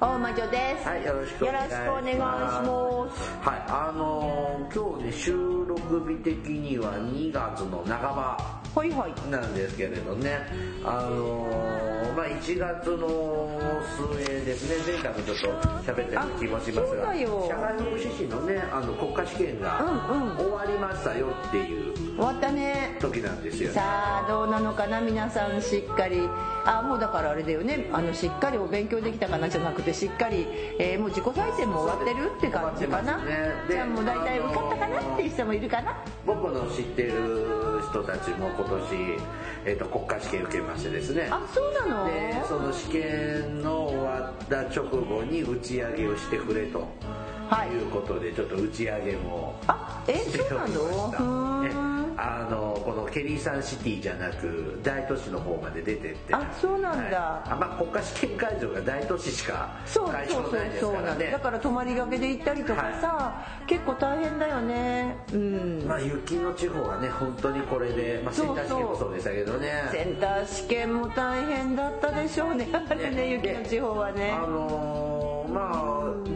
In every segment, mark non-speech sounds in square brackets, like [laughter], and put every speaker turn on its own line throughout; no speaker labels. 大魔女です、
はい、よろしくお願いします。
よろしくお願いします
はい、あのー今日ね、収録日的には2月の半ば
はいはい
なんですけれどね、あのーまあ1月の末ですね、前回もちょっと喋ったような気もします
あそう
が、
だよ
社会福祉士のね、あの国家試験が
うんうん
終わりましたよっていう
終わったね
時なんですよね。
さあどうなのかな皆さんしっかりあもうだからあれだよねあのしっかりお勉強できたかなじゃなくてしっかり、えーもう自己採点も終わってるって感じか
終わ
な、
ってますねで
じゃあもう大体受かったかなっていう人もいるかな
僕の知ってる人たちも今年、えっと国家試験受けましてですね。
あそうなの
でその試験の終わった直後に打ち上げをしてくれと、
はい
い、うことでちょっと打ち上げも
あえ
して
そうな
おりました
のうーん
ねあのこのケリーさんシティじゃなく大都市の方まで出てって
あそうなんだ
はいあまあ、国家試験会場が大都市しか
そう
会
そう
場
そ
な
う
いです
そ
か
うな
ら
んだ
ね
だから泊まりがけで行ったりとかさ、結構大変だよねうん
まあ、雪の地方はね本当にこれで、まあ、センター試験もそうでしたけどね
センター試験も大変だったでしょうね、あれね、雪の地方はね
あ。のーまあ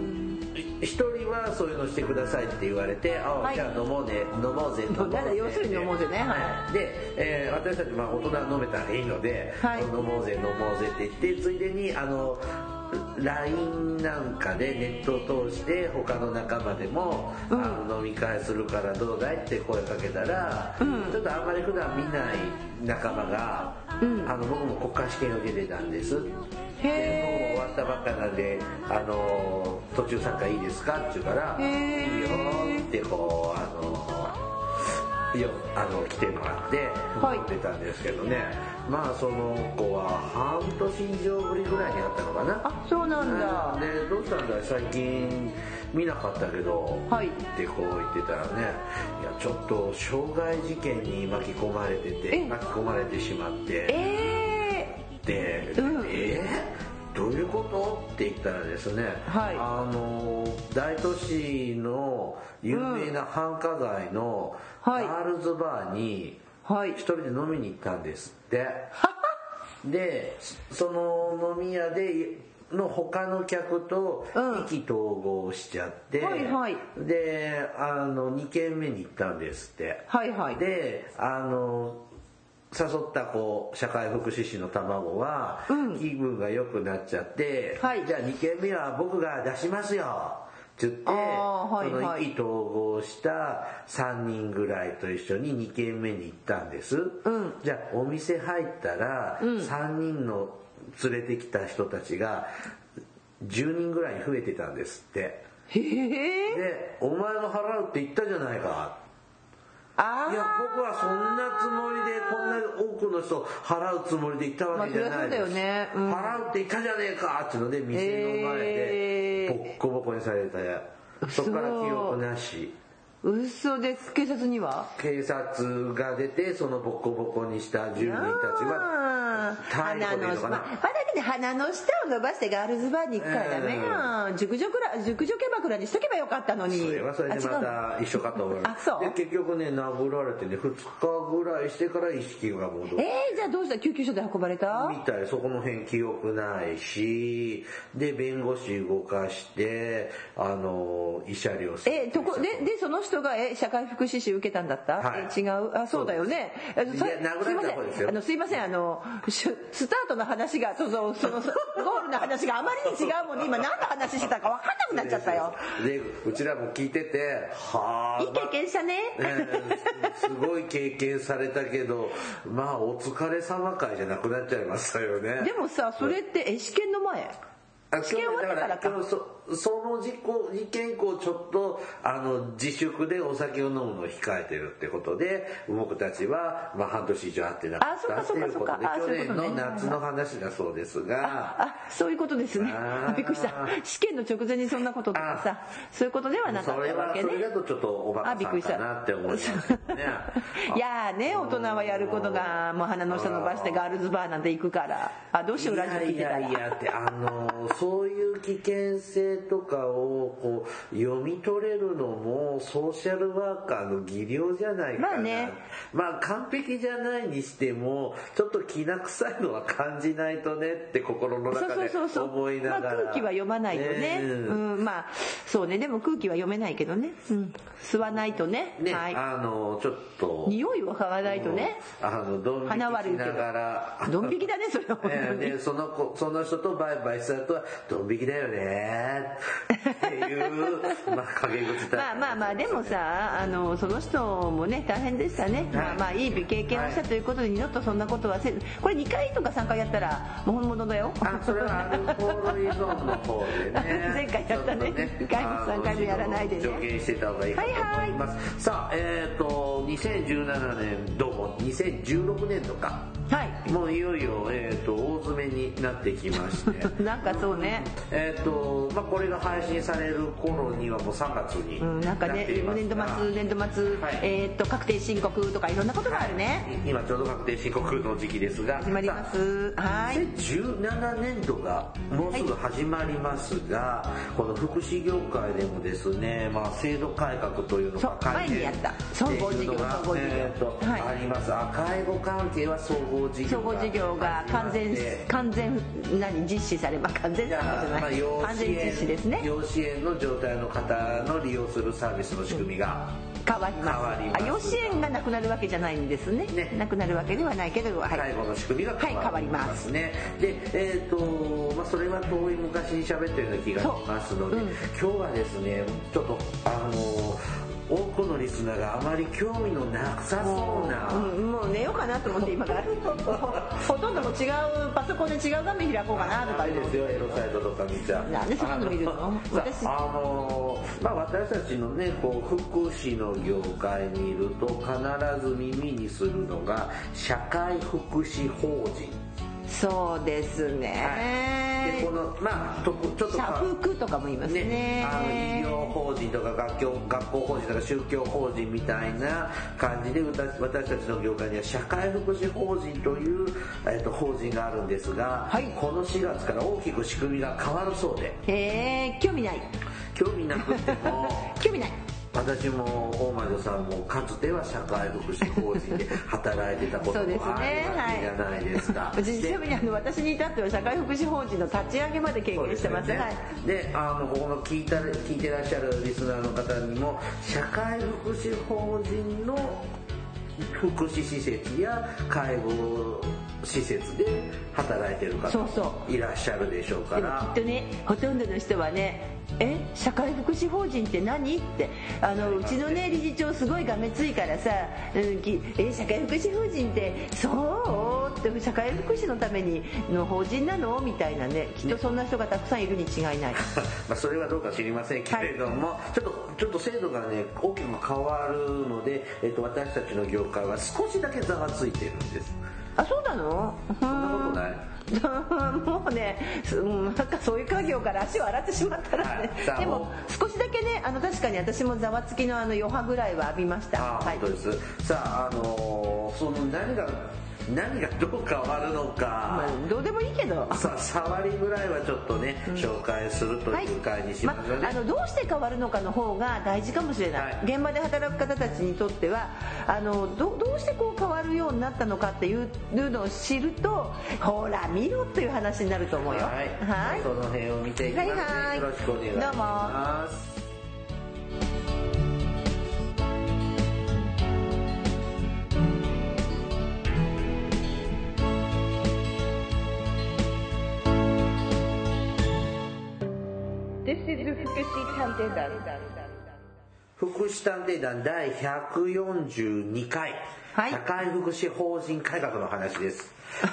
い一人はそういうのしてくださいって言われて「あ、
はい
じゃあ飲もうね飲もうぜ」飲もうぜ
ただ要するに飲もうぜねはい
で、えー私たちまあ大人は飲めたらいいので「
はい
飲もうぜ飲もうぜ」って言ってついでにあの LINE なんかでネットを通して他の仲間でも、
うん
あの飲み会するからどうだいって声かけたら、
うん
ちょっとあんまり普段見ない仲間が、
うん
あの僕も国家試験を受けてたんです
へー
でもう終わったばっかなんで、あのー途中参加いいですかって言うから「
へー
いいよ」ってこうあのーよあの来てもらって
はい
飲んでたんですけどね、まあその子は半年以上ぶりぐらいに会ったのかな
あ、そうなんだ。
でどうしたんだい最近見なかったけど、
はい
ってこう言ってたらねいやちょっと傷害事件に巻き込まれてて
え
巻き込まれてしまって
え
で、
うん
えーどういうことって言ったらですね、
はい
あの大都市の有名な繁華街の
うん
ガ
はい
ールズバーに
ー、はい
一。人で飲みに行ったんです
[laughs]
ってでその飲み屋での他の客と
うん
意気投合しちゃって、
はいはい
であの2軒目に行ったんですって
はいはい。
であの誘った子社会福祉士の卵は、
うん
気分が良くなっちゃって、
はい
じゃあ2軒目は僕が出しますよって言って、
あーはい
その
はい
意気投合した3人ぐらいと一緒に2軒目に行ったんです、
ん
じゃあお店入ったら、
うん
3人の連れてきた人たちが10人ぐらいに増えてたんですって
へえ。
で「お前も払うって言ったじゃないか」
あ
いや
あ。
僕はそんなつもりでこんな多くの人払うつもりで行ったわけじゃないです、
まあそりゃそうだよねうん
払うって言ったじゃねえかっていうので店の前で
え
ボッコボコにされたそこから記憶なし
嘘です。警察には
警察が出てそのボコボコにした住民たちは
あー
逮捕
鼻
という
の
の
下。
かな
まあだけど鼻の下を伸ばしてガールズバーに行くからダメやん。熟女くら、熟女キャバクラにしとけばよかったのに。
それはそれでまた一緒かと思います
あそう
で結局ね殴られてね2日ぐらいしてから意識が戻って
ええー、じゃあどうした救急車で運ばれた
みたいそこの辺記憶ないしで弁護士動かしてあの慰謝料請求
えとこででその人がえ社会福祉士受けたんだった、
はい
え違うあそうだよねえ
です
そ
いや殴られた方ですよ
すいませんあのすいませんあのしゅスタートの話がそうそうその [laughs] そゴールの話があまりに違うもんで今何の話してたか分かんなくなっちゃったよ
でうちらも聞いててはい
い経験したね、
えーすごい経験されたけどまあお疲れ様会じゃなくなっちゃいましたよね
でもさそれってえ試験の前
あ
試験終わってからか
だそその実行実験以降ちょっとあの自粛でお酒を飲むのを控えてるってことで僕たちは、まあ、半年以上会ってなかっ
あ
た
そ
とい
っか
う
そっ
こ
か
とで去
そっかあそういう
年
ことね
の夏の話だそうですが。
あそういうことですね
あー
びっくりした試験の直前にそんなこととかさそういうことではなかった
それ
わ
は
け
そ
ね
れだとちょっとおバカさんかなって思います
[laughs]
ね
いやーね大人はやることがもう鼻の下伸ばしてガールズバーなんて行くからあどうしようラジオ聞いてたら
いやいやいやってあのそういう危険性とかをこう読み取れるのもソーシャルワーカーの技量じゃないかな
まあね
まあ完璧じゃないにしてもちょっときな臭いのは感じないとねって心の
そう
中
そう
で
そうそう
思い
ま
な
あ、
がら、
空気は読まないとね
ね
うん、まあそうねでも空気は読めないけどね、うん、吸わないとね
ね
はい、
あのちょっと
匂いを嗅がないとね
あのドン引きし
鼻悪いけど
ながら
ドン引きだねそれは本当
ね
に、
でその子その人とバイバイした後はドン引きだよねっていうまあ陰口タイプ
[laughs] まあまあまあでもさあのその人もね大変でしたね、まあまあいい経験をしたということで二度とそんなことはせずこれ2回とか3回やったらもう本物だよ
あそれはアルコール依存の方でね
[laughs] 前回やった
ち
ね
ょと
二回も
あの
三回もやらないでね
助言してた方がいいかと思います、さあえっ、と2017年どうも2016年とか
[laughs] はい
もういよいよ、えー、と大詰めになってきまして
[laughs] なんかそうね、
えっ、と、まあ、これが配信される頃にはもう3月に
うん、なんか
な
ね
っています
年度
が
末年度末、
はい
えーっと確定申告とかいろんなことがあるね、
今ちょうど確定申告の時期ですが
始まります
さあ
はい
2017年度がもうすぐ始まりますが、この福祉業界でもですね、まあ、制度改革というの
そう
が改
前に
定
やった総合事業
っていうのが
総合事業
えーと
はい
ありますあ介護関係は総合事業
総合事業が完
始ま
全
って
完全何実施されま完全
じ
参
ゃあ、
加じゃ
ま
な
あ、
い
要
完
支
全
援
実施ですね
要支援の状態の方の利用するサービスの仕組みが、
変わります
変わります
あ養子縁がなくなるわけじゃないんですね
ね
なくなるわけではないけどはい、
介護の仕組みが
はい変わります
すね、でえっ、と、まあ、それは遠い昔に喋ったような気がしますので、
そううん
今日はですねちょっとあの多くのリスナーがあまり興味のなさそうな、
うん、もう寝ようかなと思って
[laughs]
今からほとんどもう違うパソコンで違う画面開こうかなとか
あれ
思
です
って
よエロサイトとか見ちゃう
なんでそんなの見るの
あ
私
さあのーまあ私たちのねこう福祉の業界にいると必ず耳にするのが社会福祉法人
そうです
で
ね
こ、のまあとこちょっと
社
か
服とかも言いますね
ね、あの医療法人とか学校学校法人とか宗教法人みたいな感じで私私たちの業界には社会福祉法人という、えっと法人があるんですが、
はい
この4月から大きく仕組みが変わるそうで
へえ興味ない
興味なくても [laughs]
興味ない
私も大前田さんもかつては社会福祉法人で働いてたことも
そ
あ
うで
る
すね。
わけじゃないですか
実際にあの [laughs] 私に至っては社会福祉法人の立ち上げまで経験してます
そうですよね
はい
であのここの聞いた聞いてらっしゃるリスナーの方にも社会福祉法人の福祉施設や介護施設で働いてる方
そう
も
そ
いらっしゃるでしょうか
でもきっ
ら
とねほとんどの人はねえ社会福祉法人って何ってあのうちのね理事長すごいがめついからさ、うん、きえ社会福祉法人ってそうって社会福祉のためにの法人なのみたいなねきっとそんな人がたくさんいるに違いない
まあそれはどうか知りませんけれども、ちょっとちょっと制度がね大きく変わるので、えっと、私たちの業界は少しだけざわついてるんです
あそうなの
そんなことない
[laughs] もうね、すうんなんかそういう家業から足を洗ってしまったらね
はいさあ、
で
も
も少しだけね、あの確かに私もざわつきのあの余波ぐらいは浴びました。
ああ、
はい
本。当です。さあ、あのーその何が、何がどう変わるの
ま
か。
あどうでもいいけど。
さあ、触りぐらいはちょっとね、紹介すると
はい
いう回にし
ま
ますので、
あのどうして変わるのかの方が大事かもしれない、
はい
現場で働く方たちにとってはあのどどうしてこう変わるようになったのかっていうのを知るとほら見ろっていう話になると思うよ
はい、
はい
その辺を見ていきます、ね
はいはい
よろしくお願いします。
This is Fukushi Kantedan.
福祉探偵団第142回、
はい
社会福祉法人改革の話です。
[laughs]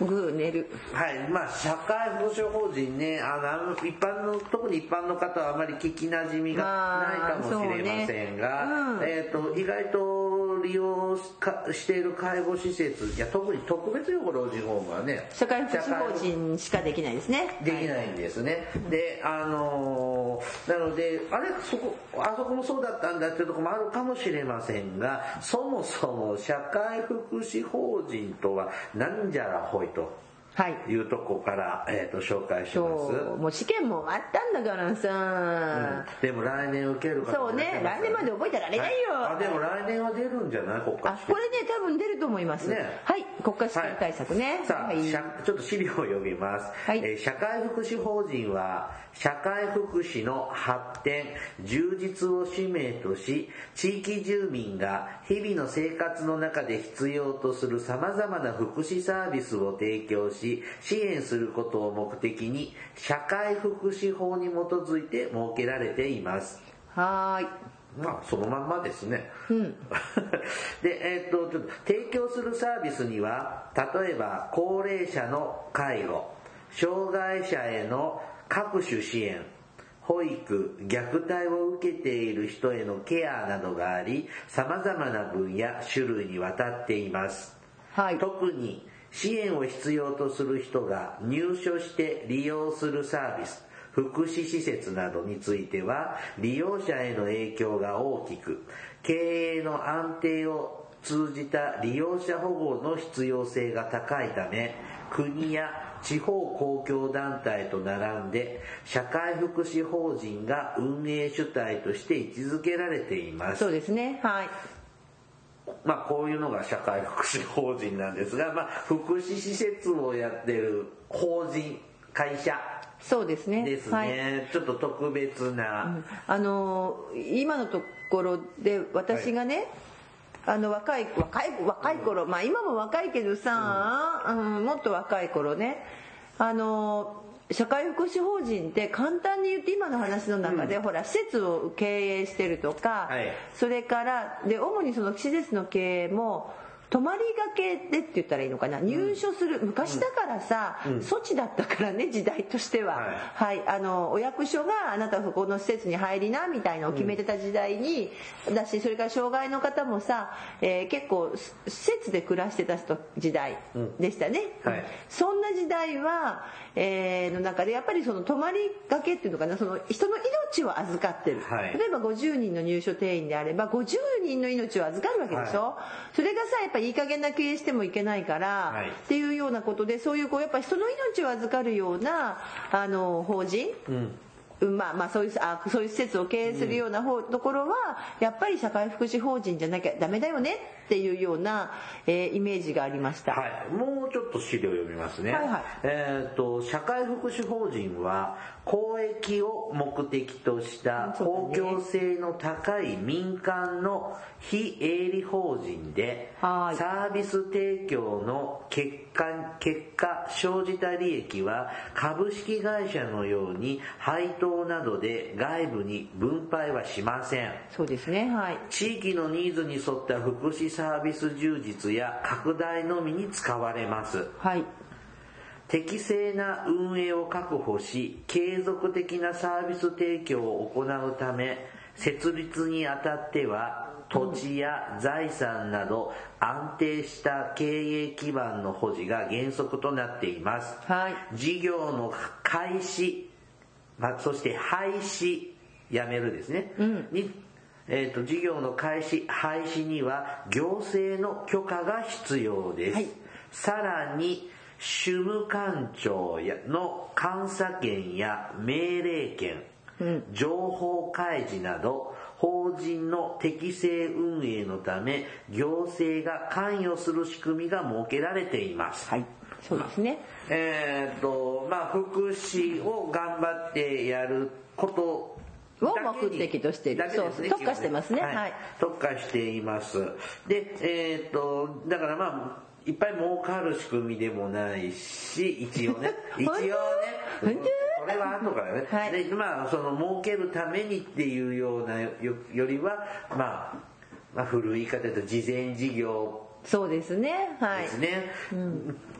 グー寝る
はい、まあ社会保障法人ね、あのあの一般の特に一般の方はあまり聞きなじみがないかもしれませんが、
まあそうねうん
えっ、と意外と利用しかしている介護施設、いや特に特別養護老人ホームはね、
社会福祉法人しかできないですね
できないんですね。で、あのーなので、あれ、そこ、あそこもそうだったんだっていうところもあるかもしれませんが、そもそも社会福祉法人とはなんじゃらほいと。
はい
いうとこから、えー、と紹介しま
そうもう試験も終わったんだからさ、
す。でも来年受ける方
そうね来年まで覚えてられないよ、
あ、でも来年は出るんじゃない国家
あ
試
こ
験。
れね多分出ると思います、
ね
はい国家試験対策ね、
さ
は
あ、
い
しゃちょっと資料を読みます、
はい
えー社会福祉法人は、社会福祉の発展、充実を使命とし、地域住民が日々の生活の中で必要とする様々な福祉サービスを提供し、支援することを目的に、社会福祉法に基づいて設けられています。
はーい
まあ、そのまんまですね。
うん、
[laughs] で、えーっと、ちょっと提供するサービスには、例えば、高齢者の介護、障害者への各種支援、保育、虐待を受けている人へのケアなどがあり、様々な分野、種類にわたっています。
はい
特に支援を必要とする人が入所して利用するサービス福祉施設などについては利用者への影響が大きく経営の安定を通じた利用者保護の必要性が高いため国や地方公共団体と並んで社会福祉法人が運営主体として位置づけられています
そうですねはい
まあ、こういうのが社会福祉法人なんですが、 [laughs] まあ、福祉施設をやってる法人会社
そうですね
ですね、
はい
ちょっと特別な、
あのー今のところで私がね、あの若い若い若い頃、まあ今も若いけどさ、うんもっと若い頃ねあのー社会福祉法人って簡単に言って今の話の中で、ほら施設を経営してるとか、
はい
それからで主にその施設の経営も泊まりがけでって言ったらいいのかな入所する、昔だからさ、措置だったからね時代としては、はい、あのお役所があなたはここの施設に入りなみたいなのを決めてた時代に、だしそれから障害の方もさ、えー結構す施設で暮らしてた人時代でしたね、
うんはい
そんな時代は、えーの中でやっぱりその泊まりがけっていうのかなその人の命を預かってる、
はい
例えば50人の入所定員であれば50人の命を預かるわけでしょ、それがさやっぱいい加減な経営してもいけないから、
はい
っていうようなことでそういうこうやっぱ人の命を預かるようなあの法人、
うん
うんまあまあそういうあそういう施設を経営するような方、ところはやっぱり社会福祉法人じゃなきゃダメだよねっていうような、えーイメージがありました。
はい、もうちょっと資料読みますね、
はいはい
えっと社会福祉法人は公益を目的とした
そうだ
公
ね
共性の高い民間の非営利法人で
はい
サービス提供の結果結果生じた利益は株式会社のように配当などで外部に分配はしません
そうですねはい
地域のニーズに沿った福祉サービス充実や拡大のみに使われます
はい
適正な運営を確保し継続的なサービス提供を行うため設立にあたっては土地や財産など安定した経営基盤の保持が原則となっています、
はい
事業の開始、まあ、そして廃止やめるですね、にえー、と事業の開始廃止には行政の許可が必要です、
はい
さらに主務官庁やの監査権や命令権、情報開示など法人の適正運営のため行政が関与する仕組みが設けられています、
はいそうですね
えーっとまあ福祉を頑張ってやること
を
だけに
目的としている
だけですね
そう特化してますね
基本
はい
特化していますでえーっとだからまあいっぱい儲かる仕組みでもないし一応ね一応
[laughs] 本
ね
当本
これは後からね、
はい
でまあその儲けるためにっていうようなよよりはまあまあ、古い言い方で事前事業
そうですねはい
ですね、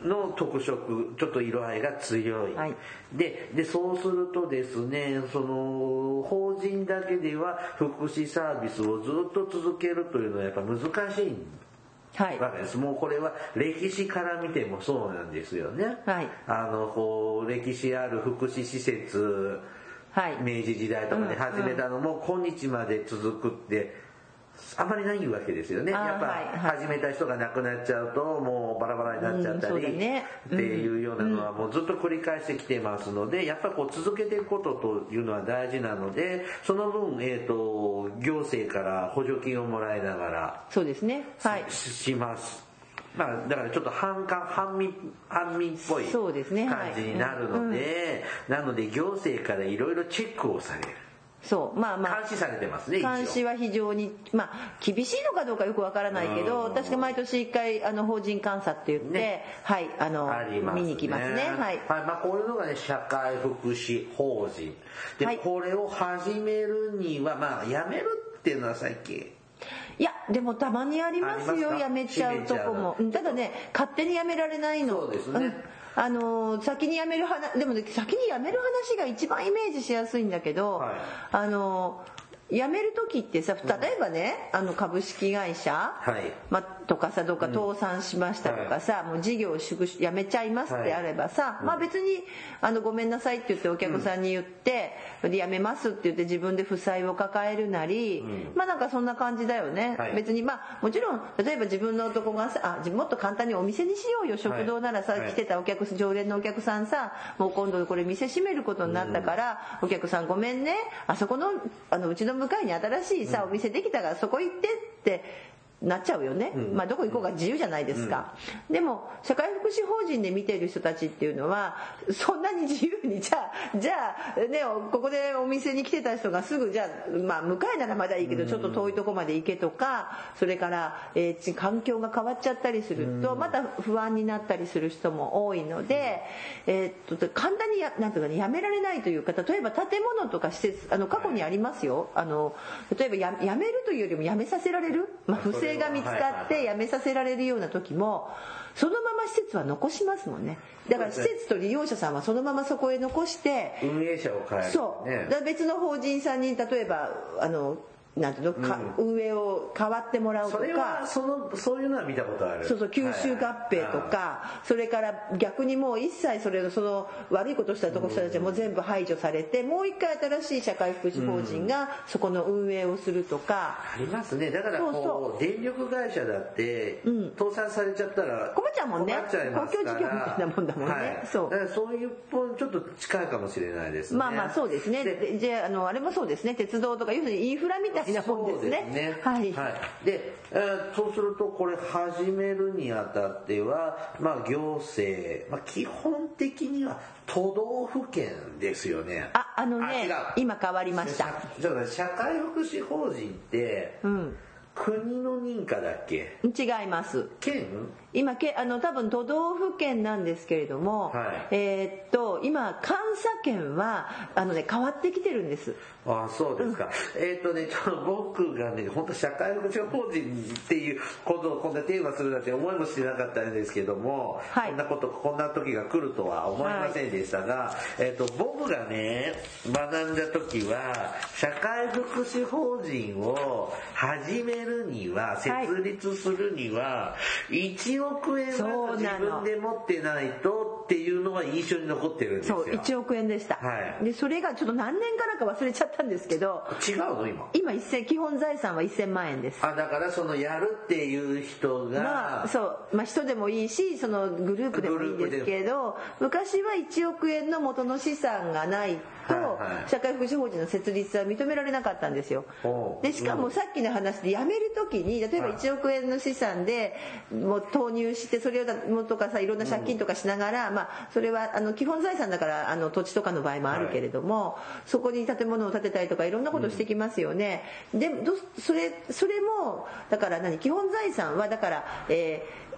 の特色ちょっと色合いが強い、
はい
ででそうするとですねその法人だけでは福祉サービスをずっと続けるというのはやっぱ難しい
はい
わけですもうこれは歴史から見てもそうなんですよね、
はい
あのこう歴史ある福祉施設
はい
明治時代とかで
うん
始めたのも今日まで続くってあまりないわけですよね
あー
やっぱ
はいはい
始めた人が亡くなっちゃうともうバラバラになっちゃった
うんそう
り
だね
っていうようなのはもうずっと繰り返してきてますのでやっぱこう続けていくことというのは大事なのでその分えっと行政から補助金をもらいながら
そうですねはい
しします。まあ、だからちょっと半官半民半民っぽい
そうですねはい
感じになるので、なので行政からいろいろチェックをされる
そうまあまあ
監視されてますね一応
監視は非常に、まあ、厳しいのかどうかよくわからないけ
う
ど
ん
確か毎年1回あの法人監査って言って、
ね
はいあの
ありますね
見に来ますねはい
まあ、こういうのがね社会福祉法人で、
はい
これを始めるにはまあやめるっていうのは最近
いやでもたまにあります
ありま
よ
すか
やめちゃうとこも
閉
うんただね勝手にやめられないの
そうですね
んあのー先にやめる話でもね先にやめる話が一番イメージしやすいんだけど、
はい
あのー辞める時ってさ例えばね、あの株式会社、
はい
ま、とかさどっか倒産しましたとかさ、もう事業を縮小やめちゃいますってあればさ、まあ別にあのごめんなさいって言ってお客さんに言って、でやめますって言って自分で負債を抱えるなり、まあなんかそんな感じだよね、
はい
別にまあもちろん例えば自分の男がさあじもっと簡単にお店にしようよ食堂ならさ、
はい
来てたお客さん常連のお客さんさもう今度これ店閉めることになったから、お客さんごめんねあそこのあのうちの向かいに新しいさ、お店できたからそこ行ってって。なっちゃうよね、
ん
まあ、どこ行こうが自由じゃないですか、でも社会福祉法人で見ている人たちっていうのはそんなに自由にじゃあじゃあ、ね、ここでお店に来てた人がすぐじゃあ、まあ、向かいならまだいいけどちょっと遠いとこまで行けとかそれから、えーち環境が変わっちゃったりするとまた不安になったりする人も多いので、えーっと簡単にやなんていうかねやめられないというか例えば建物とか施設あの過去にありますよあの例えばややめるというよりもやめさせられる、まあ、不正が見つかっ
はいはいはい
てやめさせられるような時もそのまま施設は残しますもんねだから施設と利用者さんはそのままそこへ残して
運営者を変える
そう、
ね
だから別の法人さんに例えばあのなんていうの、か運営を変わってもらうと
そ
か
れはそのそういうのは見たことある
そうそう吸収合併と
はい
かそれから逆にもう一切それのその悪いことしたとこ人たちはもう全部排除されてもう一回新しい社会福祉法人がそこの運営をするとか
ありますねだからこう
そう
電力会社だって、
ん
倒産されちゃったら
困っちゃうもんね
困っちゃいますから
公共事業みたいなもんだもんね
はい、
そう
だからそういう本ちょっと近いかもしれないですね
まあまあそうですね
で
でじゃああのあれもそうですね鉄道とか要するにインフラみたいなもんですね
そうですね
はい、
で、えーそうするとこれ始めるにあたっては、まあ、行政、まあ、基本的には都道府県ですよね
ああのね
あ違う
今変わりました
社ちょっと待って社会福祉法人って、
うん
国の認可だっけ
違います
県
今けあの多分都道府県なんですけれども、
はい
えーっと今監査権はあのね変わってきてるんです
ああそうですか、えっ、とねちょっと僕がね本当社会福祉法人っていうことをこんなテーマするなんて思いもしなかったんですけども、
はい
こんなことこんな時が来るとは思いませんでしたが、えっ、と僕がね学んだ時は社会福祉法人を始めるには設立するには1億円
そ
は
う
自
なの
分で持ってないとっていうのは印象に残ってるんですよ
そう1億円でした、
はい
でそれがちょっと何年からか忘れちゃったんですけど
違うの今
今1000基本財産は1000万円です
あだからそのやるっていう人
ま
が
あそうまあ、人でもいいしそのグループでもいいんですけど昔は1億円の元の資産がないと、
はいはい
社会福祉法人の設立は認められなかったんですよ
おう
でしかもさっきの話で辞める時に例えば
はい
1億円の資産でもう投入してそれをだもうとかさいろんな借金とかしながら、まあ、それはあの基本財産だからあの土地とかの場合もあるけれども、そこに建物を建てたりとかいろんなことをしてきますよね、でどそれそれもだから何基本財産はだから、えーえー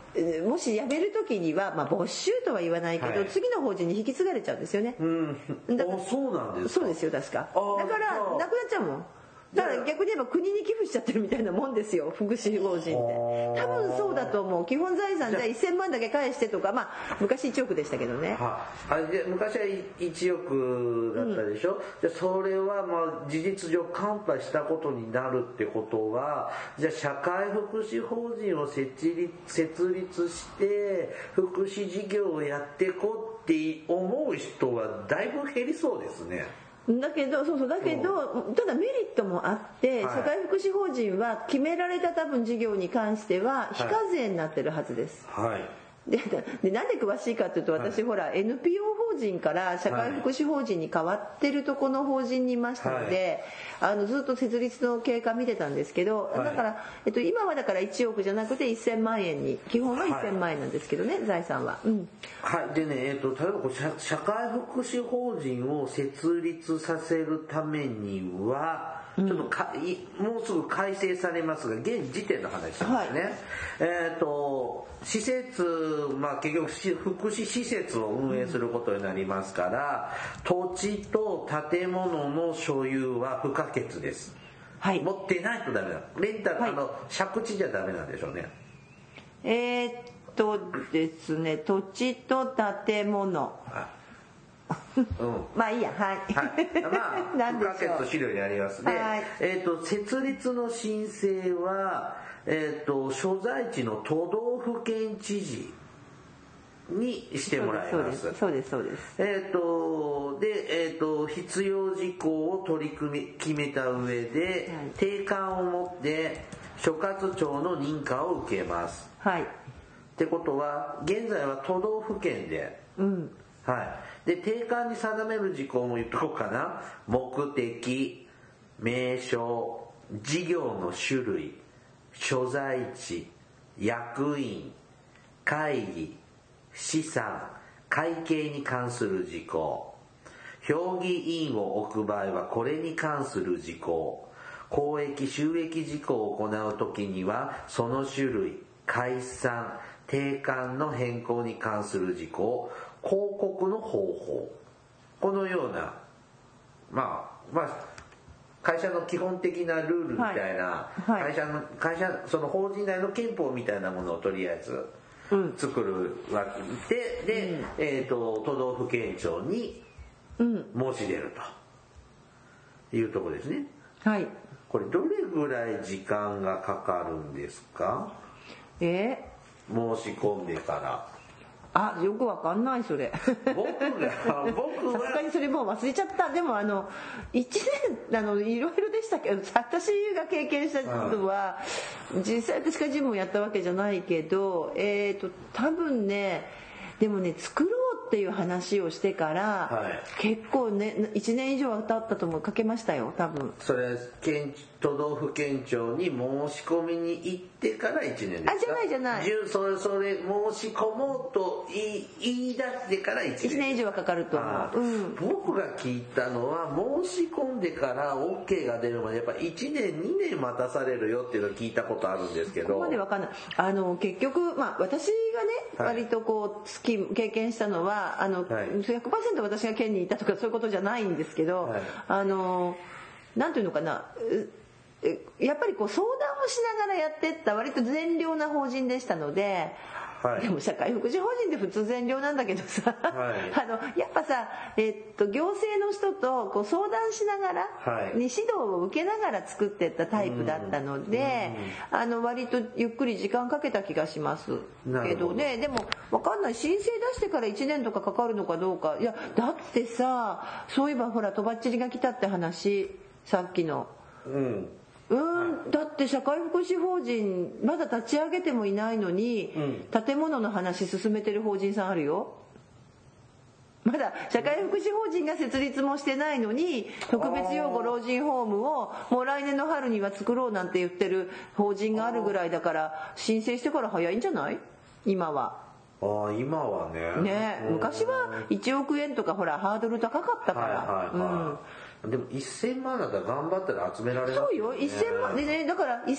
もし辞める時には、まあ、没収とは言わないけど、
はい
次の法人に引き継がれちゃうんですよね、
うん
だから
あそうなんです
そうですよ確かだ
あー
から
そう
なくなっちゃうもんだから逆に言えば国に寄付しちゃってるみたいなもんですよ福祉法人って多分そうだと思う基本財産じゃあ1000万だけ返してとかまあ昔1億でしたけどね
はい、あで昔は1億だったでしょ、でそれはまあ事実上カンパしたことになるってことはじゃあ社会福祉法人を設立設立して福祉事業をやっていこうって思う人はだいぶ減りそうですね
だけどそうそうだけどただメリットもあって社
はい
会福祉法人は決められた多分事業に関しては非課税になってるはずです
はい
ででなんで詳しいかというと私、ほら NPO 法人から社会福祉法人に変わってるとこの法人にいましたので、あのずっと設立の経過見てたんですけど、
はい
だから、えっと、今はだから1億じゃなくて1000万円に基本は1000万円なんですけどね、財産は、うん、
はい、でね、えっと例えばこう社社会福祉法人を設立させるためには、ちょっとかいもうすぐ改正されますが現時点の話なんですね、
はい
えっ、と施設、まあ、結局し福祉施設を運営することになりますから、土地と建物の所有は不可欠です、
はい
持ってないとダメだレンタル、
はい
あの借地じゃダメなんでしょうね
えーっとですね土地と建物
あ
[laughs]
うん
まあいいやはい、
はい、まあ、
何
不
で
可
しょ
欠
う
資料になりますで、
はい
えっ、と、設立の申請は、えっ、と、所在地の都道府県知事にしてもらい
そう
ま。
ですすそうですそうです
えっ、と、で、えっ、と、必要事項を取り組み、決めた上で
はい、
定款を持って、所轄庁の認可を受けます。
はい
ってことは、現在は都道府県で、
うん
はい。で、定款に定める事項も言っとこうかな。目的、名称、事業の種類、所在地、役員、会議、資産、会計に関する事項。評議員を置く場合はこれに関する事項。公益収益事項を行うときにはその種類、解散、定款の変更に関する事項、広告の方法。このような、まあ、まあ、会社の基本的なルールみたいな、
はいは
会
い
社の、会社、その法人内の憲法みたいなものをとりあえず、
うん
作るわけで、で、えっ、と、都道府県庁に
うん
申し出るというところですね。
はい
これどれぐらい時間がかかるんですか
えー
申し込んでから。
あよくわかんないそれ
僕が、僕
さすが
は、
にそれもう忘れちゃったでもあの1年あのいろいろでしたけど私が経験したことは、実際私がジムをやったわけじゃないけどえっ、と多分ねでもね作ろうっていう話をしてから、
はい
結構ね1年以上は経ったと思うかけましたよ多分
それ県、都道府県庁に申し込みに行ってから1年ですか
あじゃないじゃない
じゅそれ、それ、申し込もうと言い言い出してから1年。
1年以上はかかると
あ
思う、うん、
僕が聞いたのは申し込んでから OK が出るまでやっぱ1年2年待たされるよっていうのを聞いたことあるんですけ
こ
ど
こまでわかんないあの結局、まあ、私がね、
はい
割とこう月経験したのはあの、
はい
100%私が県にいたとかそういうことじゃないんですけど、
はい
あのなんていうのかなうえやっぱりこう相談をしながらやってった割と善良な法人でしたので。
はい
でも社会福祉法人って普通善良なんだけどさ、 [laughs]
はい
あのやっぱさ、えっと行政の人とこう相談しながら、
はい
に指導を受けながら作ってったタイプだったので、あの割とゆっくり時間かけた気がします
なる
け
ほど
どねでも分かんない申請出してから1年とかかかるのかどうかいやだってさそういえばほらとばっちりが来たって話さっきの。
うん
うーんだって社会福祉法人まだ立ち上げてもいないのに、建物の話進めてる法人さんあるよまだ社会福祉法人が設立もしてないのに特別養護老人ホームをもう来年の春には作ろうなんて言ってる法人があるぐらいだから申請してから早いんじゃない今は
ああ今はね
ね
うん
昔は1億円とかほらハードル高かったから、
はいはいはい、でも1000万だったら頑張ったら集められ
う
る、
ん、そうよ1000万でねだから1000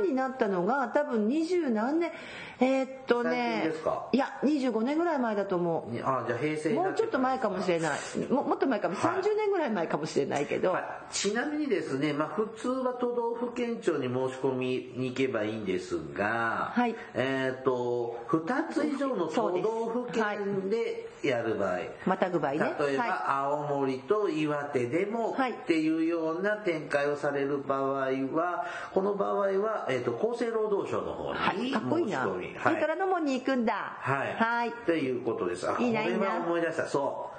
万になったのが多分二十何年えーっと
最近
ね
ですか
いや25年ぐらい前だと思
にあじゃあ平成
う
にな
もうちょっと前かもしれないももっと前かも
はい
30年ぐらい前かもしれないけど、
はいちなみにですね、まあ、普通は都道府県庁に申し込みに行けばいいんですが、
はい
えっ、と2つ以上の
そ
都
うです
道府県でやる場合、
またぐ場合ね
例えば、
は
青森と岩手でも
はい
っていうような展開をされる場合はこの場合は、えー、と厚生労働省の方
は
に申
い、か
し
っこいいな、
込み、
それからのもに行くんだ
はい。
はい
ということです。あ、
いいな
これ
いい
は
な
思い出した。そう。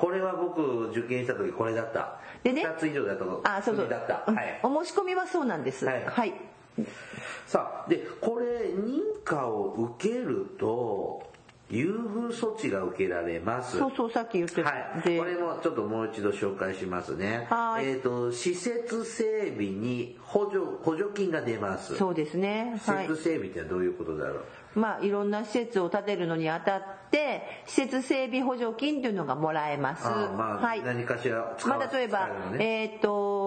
これは僕、受験した時これだった。
でね
2つ以上だったの。
あそうそう
だった。
うん
はい。
お申し込みはそうなんです
はい
はい、
さあ、で、これ、認可を受けると、優遇措置が受けられます。
そうそうさっき言ってた、
はい、
で
これもちょっともう一度紹介しますね。
はい
えっ、と、施設整備に補助、補助金が出ます。
そうですね
施
はい
設整備ってのはどういうことだろう、
まあ、いろんな施設を建てるのにあたって施設整備補助金というのがもらえます。
ああまあ、
はい
何かしら使
ま
わ
あ、例えば
使るの、ね
えっと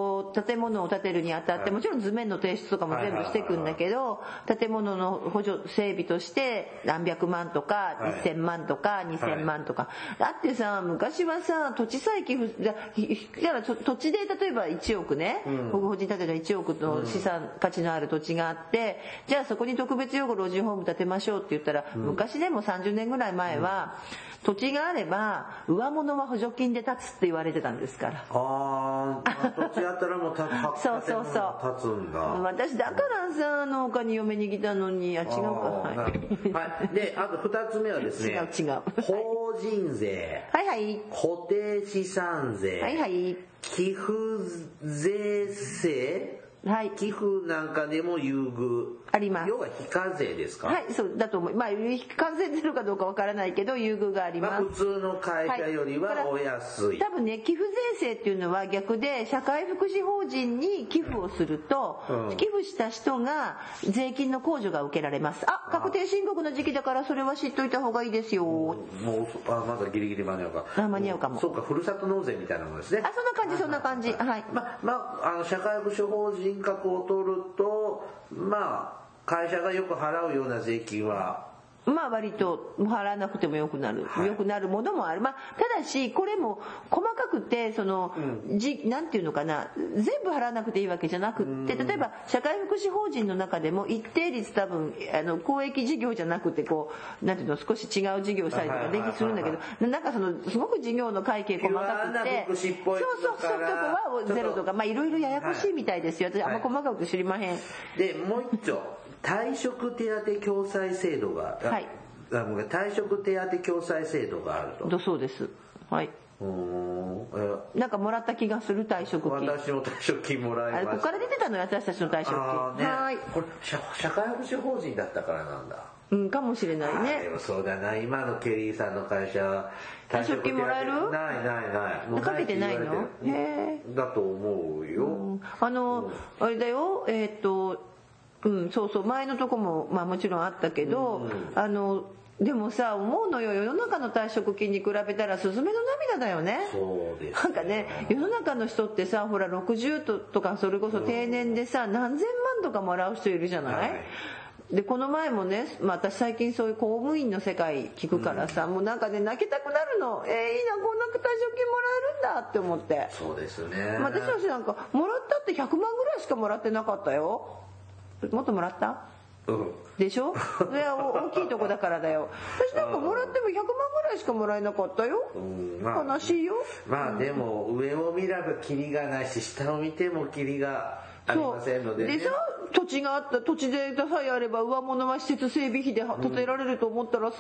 建物を建てるにあたって、
はい
もちろん図面の提出とかも全部していくんだけど建物の補助整備として何百万とか
はい
1,000万とか2,000万とか、だってさ昔はさ土地さえ寄付だだからと土地で例えば1億ね、
ん
国法人建てた1億の資産価値のある土地があってじゃあそこに特別養護老人ホーム建てましょうって言ったら、昔でも30年ぐらい前は、土地があれば上物は補助金で建つって言われてたんですから。
ああ、土地あったらもうた
そうそうそう
建物が立つんだ。
私だからさあの他に嫁に来たのにあ違うか
あーな
は
るほどはい。で、あと二つ目はです
い違
ね、
う違う
法人税、
はいはい
固定資産税、
はいはい
寄付税制、
はい
寄付なんかでも優遇。
あります
要は非課税ですか
はいそうだと思うまあ完全ゼロかどうかわからないけど優遇があり
ま
ま
あ
す
普通の会社よりはお安い。
多分ね寄付税制っていうのは逆で社会福祉法人に寄付をすると、
うん
寄付した人が税金の控除が受けられますあ確定申告の時期だからそれは知っといた方がいいですよ、
もう、あ、まだギリギリ間に合うか。
あ間に合うかも
そうか、ふるさと納税みたいなものですね。
あそんな感じそんな感じはい
まあ、まあ、あの社会福祉法人格を取ると、まあ、会社がよく払うような税金は、
まあ割と払わなくてもよくなる、
はい
よくなるものもある、まあ、ただしこれも細かくてその、じなんていうのかな全部払わなくていいわけじゃなくって例えば社会福祉法人の中でも一定率多分あの公益事業じゃなくてこうなんていうの少し違う事業をしたりとかで
はいはいはいはい
きするんだけどなんかそのすごく事業の会計細かく
いろんな
て
福祉っぽい
そうそう
と
そ
こ
う
ろから
とこはゼロ
ちょ
と
っと
かまあいろいろややこしいみたいですよ私あんま細かく知りまへん、
で、もう一丁、退職手当共済制度が、あ
はい
あごめん退職手当共済制度があると。
だそうですはい。
うーんえ
なんかもらった気がする退職金
私も退職金もら
あ
い
れ
ま
こ
した。
こから出てたのよ私たちの退職
あー
金
ね、
はーい、
これ社、社会福祉法人だったからなんだ。
うん、かもしれない
あで
ね
もそうだな今のケリーさんの会社は
退職金もらえる
ないないないもう
かけてない
っ
の
て言われてる
へ
だと思うよ、
うんあのあれだよえーっとうんそうそう前のとこもまあもちろんあったけどあのでもさ思うのよ世の中の退職金に比べたらスズメの涙だよね
そうですよ
なんかね世の中の人ってさほら60ととかそれこそ定年でさ何千万とかもらう人いるじゃない、
はい
でこの前もね、まあ、私最近そういう公務員の世界聞くからさ、もうなんかね泣きたくなるのえーいいなこんな退職金もらえるんだって思って、
そうですね、
まあ、私たちなんかもらったって100万ぐらいしかもらってなかったよもっともらった
うん
でしょいやお大きいとこだからだよ私なんかもらっても100万ぐらいしかもらえなかったよ、
うんまあ
悲しいよ
まあでも上を見ればキリがないし下を見てもキリがありませんので、ね、
さ土地があった土地でさえあれば上物は施設整備費で建てられると思ったらさ、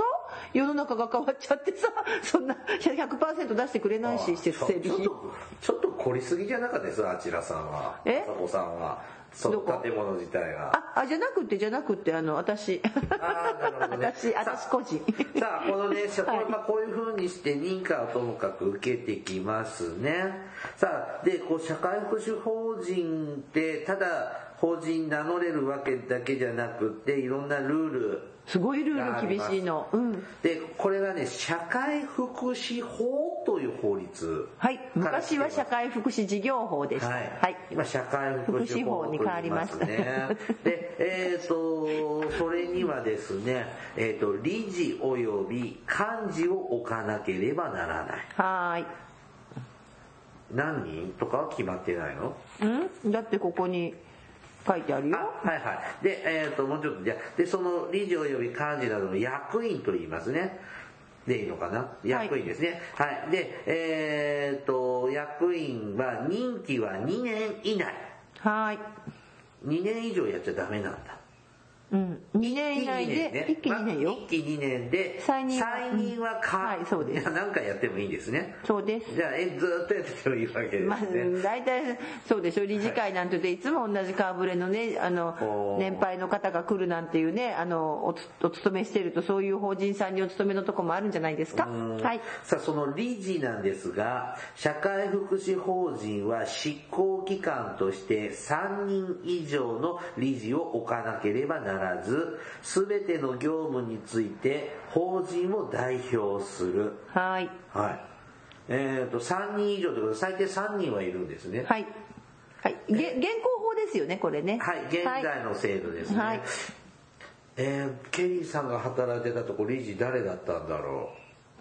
世の中が変わっちゃってさ [laughs] そんな100%出してくれないし施設整備
ちょ
費
ちょっとちょっと凝りすぎじゃなかったですあちらさんは
え
あさこさんはその
どこ
建物自体が
ああじゃなくてじゃなくてあの私
[laughs] あーなるほどねさ
私
あ
私個人
さあこのね、社こ
はい
れまあこういう風にして認可をともかく受けてきますねさあでこう社会福祉法人ってただ法人名乗れるわけだけじゃなくていろんなルール
すごいルール厳しいの。うん。
でこれがね社会福祉法という法律
はい。昔は社
会
会福祉事業法でした。
は、
はいい。
今社会福祉法
福祉法に変わりました
と言いますねで、えっ、と、それにはですね、えっ、と、理事及び幹事を置かなければならない。
は
何人とかは決まってないの
ーい。うんだってここに書いてあるよ。
あはいはい。で、えっ、と、もうちょっと、じゃあで、その理事及び幹事などの役員と言いますね。でいいのかな役員ですね。はい。で、えっ、と、役員は任期は2年以内。
はーい。
2年以上やっちゃダメなんだ。
うん。2年以内で、一気にねよ
まあ。一気2年で、
再任は
任はか、
うんはいそうです
や何回やってもいいんですね。
そうです。
じゃあ、えずーっとやっててもいいわけですね。
まあ、大体そうでしょ理事会なんてでいつも同じ顔ぶれのねあ
お
の
ー
年配の方が来るなんていうねあのおつお勤めしてるとそういう法人さんにお勤めのとこもあるんじゃないですか
うん
はい
さあその理事なんですが社会福祉法人は執行機関として3人以上の理事を置かなければならず全ての業務について法人を代表する
はい
はいえー、と3人以上ということで最低3人はいるんですね
はいはいげ現行法ですよねこれね
はい、現在の制度ですね、
はい
えーケリーさんが働いてたとこ理事誰だったんだろ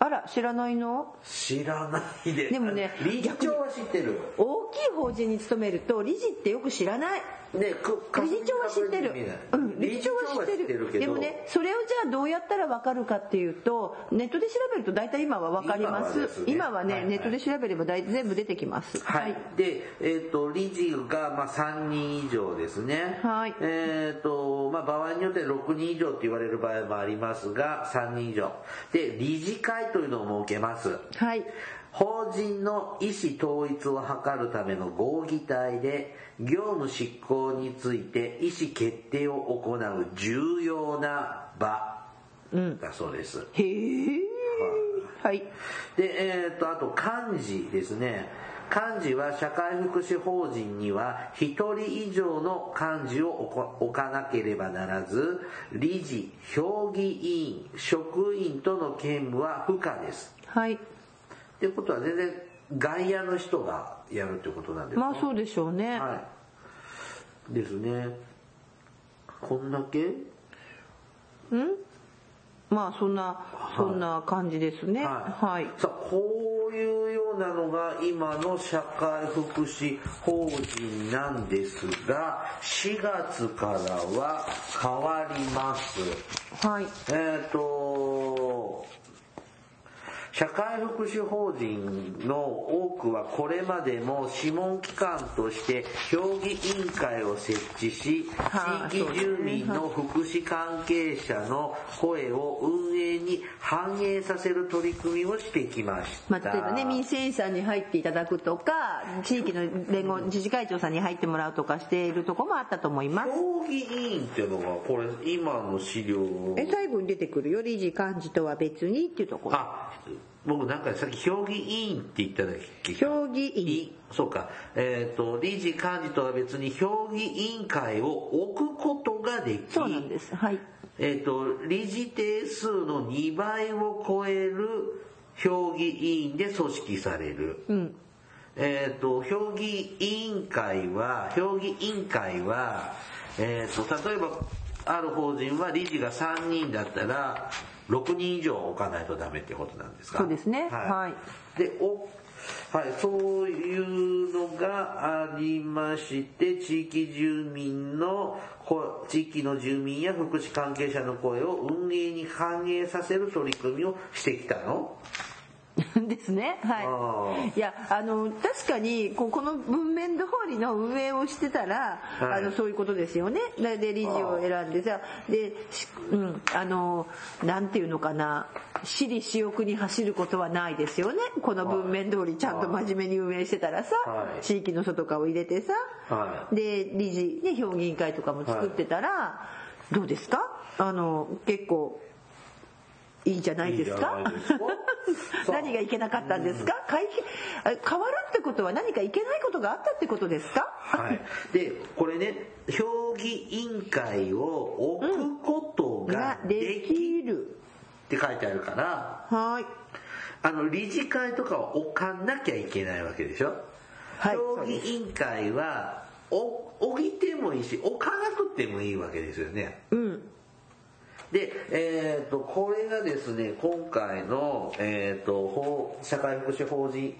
う
あら知らないの
知らないで
でもね
理事長は知ってる
大きい法人に勤めると理事ってよく知らない
ね、く
理事長は知って
確認確認でき
る
ない、
うん、理事長は知ってる
けど
でもねそれをじゃあどうやったら分かるかっていうとネットで調べると大体今は分かります
今
今
は
は
です
ね
ねはいはい
ネットで調べれば大体全部出てきます
はい、で、えっと理事が、まあ、3人以上ですね、
はい
えっとまあ、場合によって6人以上と言われる場合もありますが3人以上で理事会というのを設けます
はい
法人の意思統一を図るための合議体で業務執行について意思決定を行う重要な場だそうです、
へえはい
で、えー、とあと幹事ですね幹事は社会福祉法人には1人以上の幹事を置か置かなければならず理事評議委員職員との兼務は不可です
はい
っていうことは全然外野の人がやるってことなんですね
まあそうでしょうね、
はいですねこんだけ
まあそんなそんな感じですねはい、
さあこういうようなのが今の社会福祉法人なんですが4月からは変わります
はい
えっ、と社会福祉法人の多くはこれまでも諮問機関として評議委員会を設置し
はあ
地域住民の福祉関係者の声を運営に反映させる取り組みをしてきまし
ま
た。
あ、例えばね民生委員さんに入っていただくとか地域の連合自治会長さんに入ってもらうとかしているとこもあったと思います
評議委員っていうのがこれ今の資料
え最後に出てくるよ理事幹事とは別にっていうところ
あ僕なんかさっき評議委員って言っただけ
評議員
いそうか、えっと理事幹事とは別に評議委員会を置くことができ
そうなんですはい
えっと理事定数の2倍を超える評議委員で組織される、
うん
えっと評議委員会は評議委員会は、えっと例えばある法人は理事が3人だったら6人以上置かないとダメってことなんですか
そうですね
はい
はい
でおはい、そういうのがありまして地域住民のこ地域の住民や福祉関係者の声を運営に反映させる取り組みをしてきたの
[laughs] ですねは
あ
いいやあの確かにこうこの文面通りの運営をしてたら、
はい
あのそういうことですよねでで理事を選んでさで、しうん、あのなんていうのかな私利私欲に走ることはないですよねこの文面通りちゃんと真面目に運営してたらさ、
はい
地域の人とかを入れてさ、
は
で理事ね評議員会とかも作ってたら、どうですかあの結構いいんじゃないですか
いいんじゃないですかそう
[laughs] 何がいけなかったんですか、会計あ変わるってことは何かいけないことがあったってことですか
はい、でこれね評議委員会を置くことが
が
で
で
き
きる
って書いてあるから、
はい
あの、理事会とかは置かなきゃいけないわけでしょ
はい
評議委員会は、お置いてもいいし、置かなくてもいいわけですよね。
うん
で、えっ、と、これがですね、今回の、えっ、と、法社会福祉法人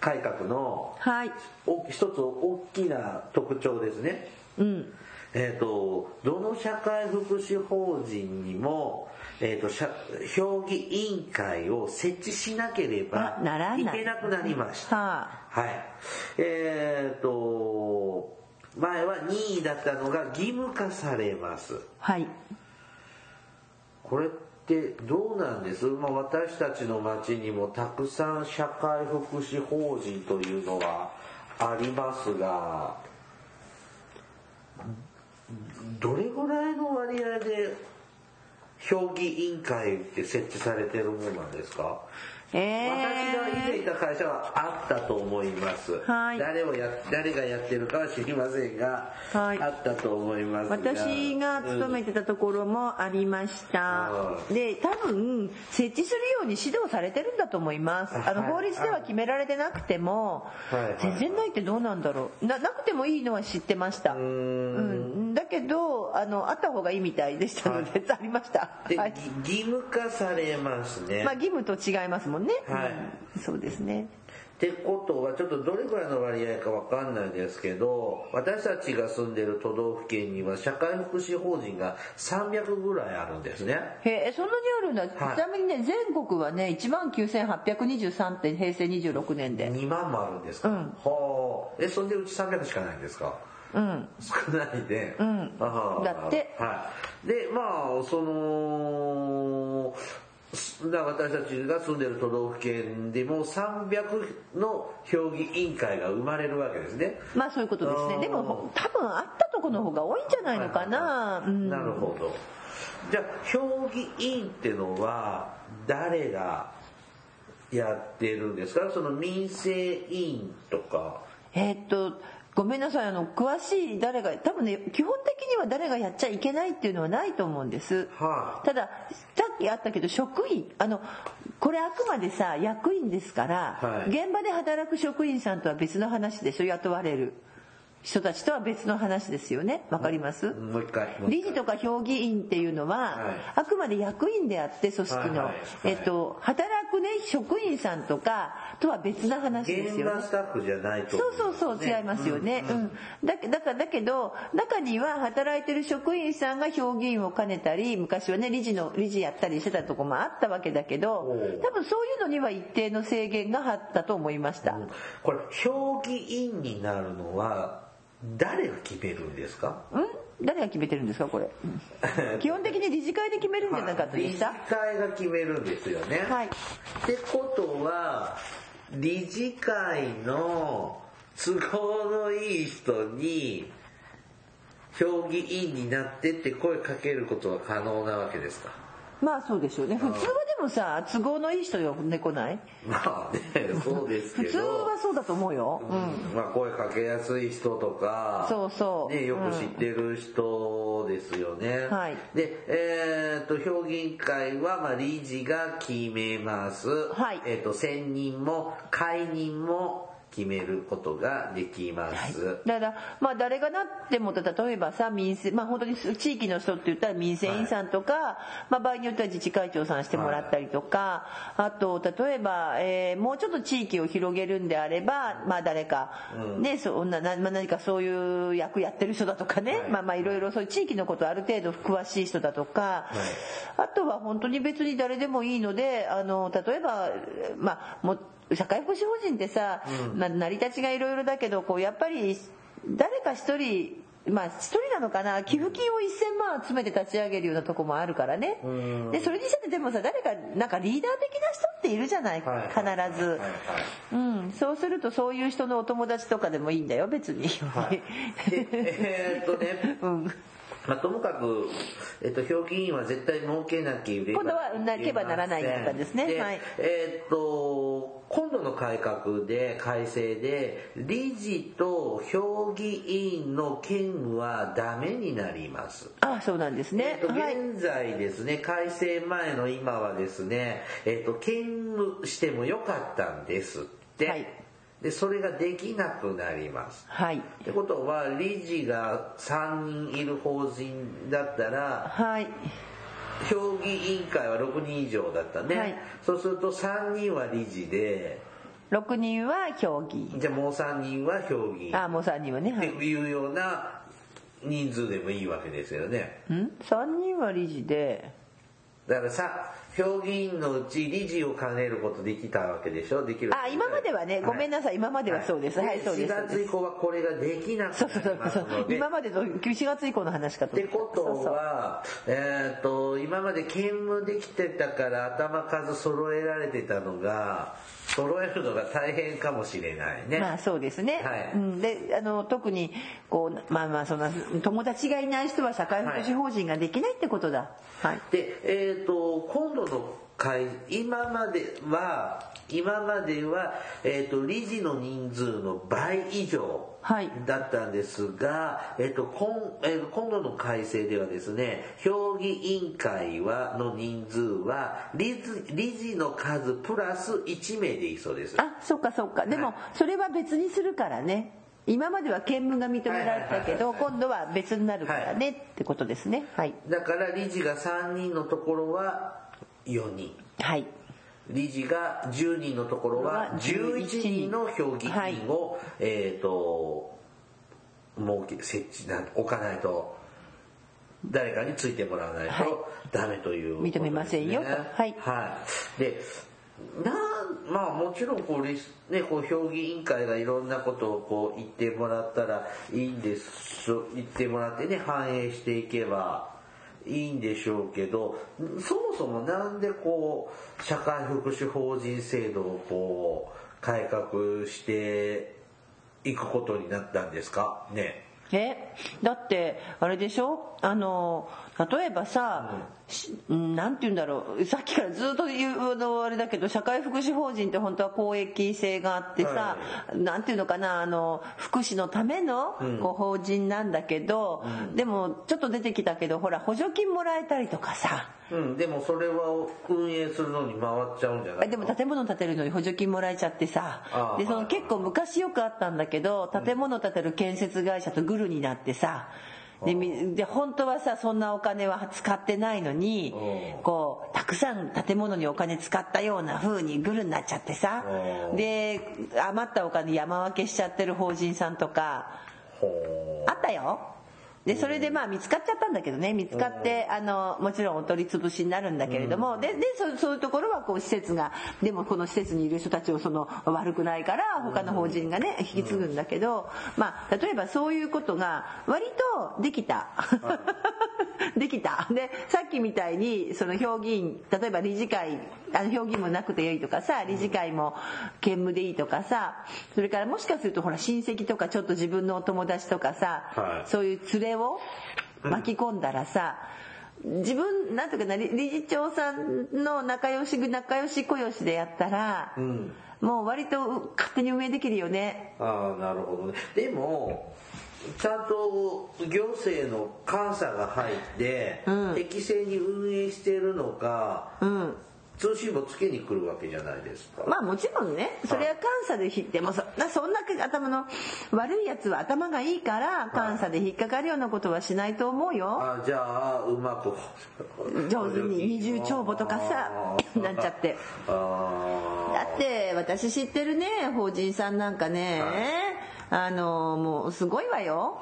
改革の
はい
お一つ大きな特徴ですね。
うん
えっ、と、どの社会福祉法人にも、えっ、と、社評議委員会を設置しなければ
あならない
いけなくなりました。
は
はい。えっ、と、前は任意だったのが義務化されます。
あはい
これってどうなんです、まあ、私たちの町にもたくさん社会福祉法人というのはありますがどれぐらいの割合で評議委員会って設置されてるものなんですか
え
私が以前い
え
た会社はあったと思います、
はい
誰をや誰がやってるかは知りませんが、
はい
あったと思いますが
私が勤めてたところもありました
は、
で多分設置するように指導されてるんだと思いますあの
はい
法律では決められてなくても、
はいはい
全然ないってどうなんだろうななくてもいいのは知ってました
うーん
うん、だけどあのあった方がいいみたいでしたので、ありました、
で、
はい
義義務化されますね。
まあ、義務と違いますもんね、
はい
うんそうですね
ってことはちょっとどれぐらいの割合かわかんないですけど私たちが住んでる都道府県には社会福祉法人が300ぐらいあるんですね。
へえそんなにあるんだ、
はい
ちなみにね全国はね1万9823って平成26年で
2万もあるんですか、
うん
はあえそんでうち300しかないんですか
うん
少ないで、
ん
ああ
だって
はい、でまあそのすだから私たちが住んでる都道府県でも300の評議委員会が生まれるわけですね
まあそういうことです
あ
ね
ー
でも多分あったとこの方が多いんじゃないのかな、うん、
なるほどじゃあ評議員ってのは誰がやってるんですかその民生委員とか
えーっとごめんなさいあの詳しい誰が多分ね基本的には誰がやっちゃいけないっていうのはないと思うんです
は
たださっきあったけど職員あのこれあくまでさ役員ですから、
はい
現場で働く職員さんとは別の話でしょ雇われる人たちとは別の話ですよねわかります、
いもう一回もう一回
理事とか評議員っていうのは、
はい
あくまで役員であって組織の、
はいはいはい
えっと、働くね職員さんとかとは別の話です
現
よ
場
ね
スタッフじゃないと
そ
思
うそうそう違いますよね、うんだけだからだけど中には働いてる職員さんが評議員を兼ねたり昔はね理事の理事やったりしてたとこもあったわけだけど
おう
多分そういうのには一定の制限があったと思いました、
うんこれ評議員になるのは誰が決めるんですか
うん誰が決めてるんですかこれ、
[laughs]
基本的に理事会で決めるんじゃなかったで
理
し
事
た
会が決めるんですよね、
はい
ってことは理事会の都合のいい人に評議員になってって声かけることは可能なわけですか
まあそうでしょうね普通はでもさ都合のいい人呼んでこない
[laughs] まあねそうですけ
[laughs] 普
ど
通はそうだと思うよ、うん
まあ、声かけやすい人とか
そうそう
ね、よ
うん
く知ってる人ですよね、
はい
でえっと評議員会はまあ理事が決めます、
はい
えっと選任も解任も決めることができます、
だから、まあ、誰がなっても例えばさ民生、まあ、本当に地域の人って言ったら民生委員さんとか、まあ、場合によっては自治会長さんしてもらったりとか、あと例えば、えーもうちょっと地域を広げるんであれば、まあ、誰か、ねそんななまあ、何かそういう役やってる人だとかね、
はい
まあまあいろいろそういう地域のことある程度詳しい人だとか、あとは本当に別に誰でもいいのであの例えば、まあ、もう社会福祉法人ってさ、まあ成り立ちがいろいろだけどこうやっぱり誰か一人まあ一人なのかな寄付金を1000万集めて立ち上げるようなとこもあるからね、でそれにしててでもさ誰かなんかリーダー的な人っているじゃない、
はい
必ず。
はいはい
うん、そうするとそういう人のお友達とかでもいいんだよ別に、 [laughs]
はいでえーっとね
うん、
まあ、ともかく、えっと、評議員は絶対儲けなきゃいけない
今度はなければならないような感じですねはい
えっと今度度の改革で、改正で、理事と評議員の兼務はダメになります。
ああそうなんですね
えっ、と
はい
現在ですね、改正前の今はですね、えっ、と、兼務してもよかったんですって、
はい
で、それができなくなります。
はい
ってことは、理事が3人いる法人だったら、
はい
評議委員会は6人以上だったね、
はい
そうすると3人は理事で
6人は競技
じゃあもう3人は評議員
ああもう3人はね、
っ
は
て
い、
いうような人数でもいいわけですよね
ん3人は理事で
だからさ評議員のうち理事を兼ねることできたわけでしょできる
あ今まではねごめんなさい今まではそうですはいそうです
4月以降はこれができなく
そうそう
な
そ
りますので
うそう今までと4月以降の話か
っ
と
て
思た
ことは、えっ、と、今まで兼務できてたから頭数揃えられてたのが、揃えるのが大変かもしれないね。
まあそうですね、
はい
うん、であの特にこうまあまあそんな友達がいない人は社会福祉法人ができないってことだはい、
で、えっ、と、今度の会、今までは、今までは、えっ、と、理事の人数の倍以上。
はい
だったんですが、えっと今えー今度の改正ではですね評議委員会はの人数は理事理事の数プラス1名でいいそうです。
あそうかそうかでもそれは別にするからね今までは兼務が認められたけど
はいはいはいはい
今度は別になるからねってことですねはい
だから理事が3人のところは4人
はい
理事が10人のところは11人の評議員を、えっ、と設け設置な置かないと誰かについてもらわない
はい
とダメということです、ね
認めませんよとはい
はい、でなんまあもちろんこうリス、ね、こう評議委員会がいろんなことをこう言ってもらったらいいんです言ってもらってね反映していけばいいんでしょうけどそもそもなんでこう社会福祉法人制度をこう改革していくことになったんですかね
えだってあれでしょあの例えばさ、しうん、なんて言うんだろうさっきからずっと言うあのあれだけど社会福祉法人って本当は公益性があってさ、なんていうのかなあの福祉のための
ん
こう法人なんだけど、でもちょっと出てきたけどほら補助金もらえたりとかさ
うん、でもそれは運営するのに回っちゃうんじゃない
でも建物建てるのに補助金もらえちゃってさ
あー
でそ
は
の
い
結構昔よくあったんだけど建物建てる建設会社とグルになってさでみで本当はさそんなお金は使ってないのに
うん
こうたくさん建物にお金使ったような風にグルになっちゃってさ
うん
で余ったお金山分けしちゃってる法人さんとか
ほ
あったよでそれでまあ見つかっちゃったんだけどね見つかってあのもちろんお取り潰しになるんだけれども、ででそそういうところはこう施設がでもこの施設にいる人たちをその悪くないから他の法人がね引き継ぐんだけど、まあ例えばそういうことが割とできた。 [laughs] できたでさっきみたいにその評議員例えば理事会あの評議員もなくていいとかさ理事会も兼務でいいとかさそれからもしかするとほら親戚とかちょっと自分のお友達とかさ、
はい
そういう連れを巻き込んだらさ、自分なんとかな理理事長さんの仲良し仲良し小良しでやったら、
ううん
もう割と勝手に運営できるよね
ああなるほどねでもちゃんと行政の監査が入って、
うん
適正に運営してるのか
うん
通信簿つけに来るわけじゃないですか、
まあもちろんねそれは監査で引ってもそんなそんな頭の悪いやつは頭がいいから監査で引っかかるようなことはしないと思うよ
あじゃあうまく
上手に二重帳簿とかさなっちゃって
あ
だって私知ってるね法人さんなんかねあのもうすごいわよ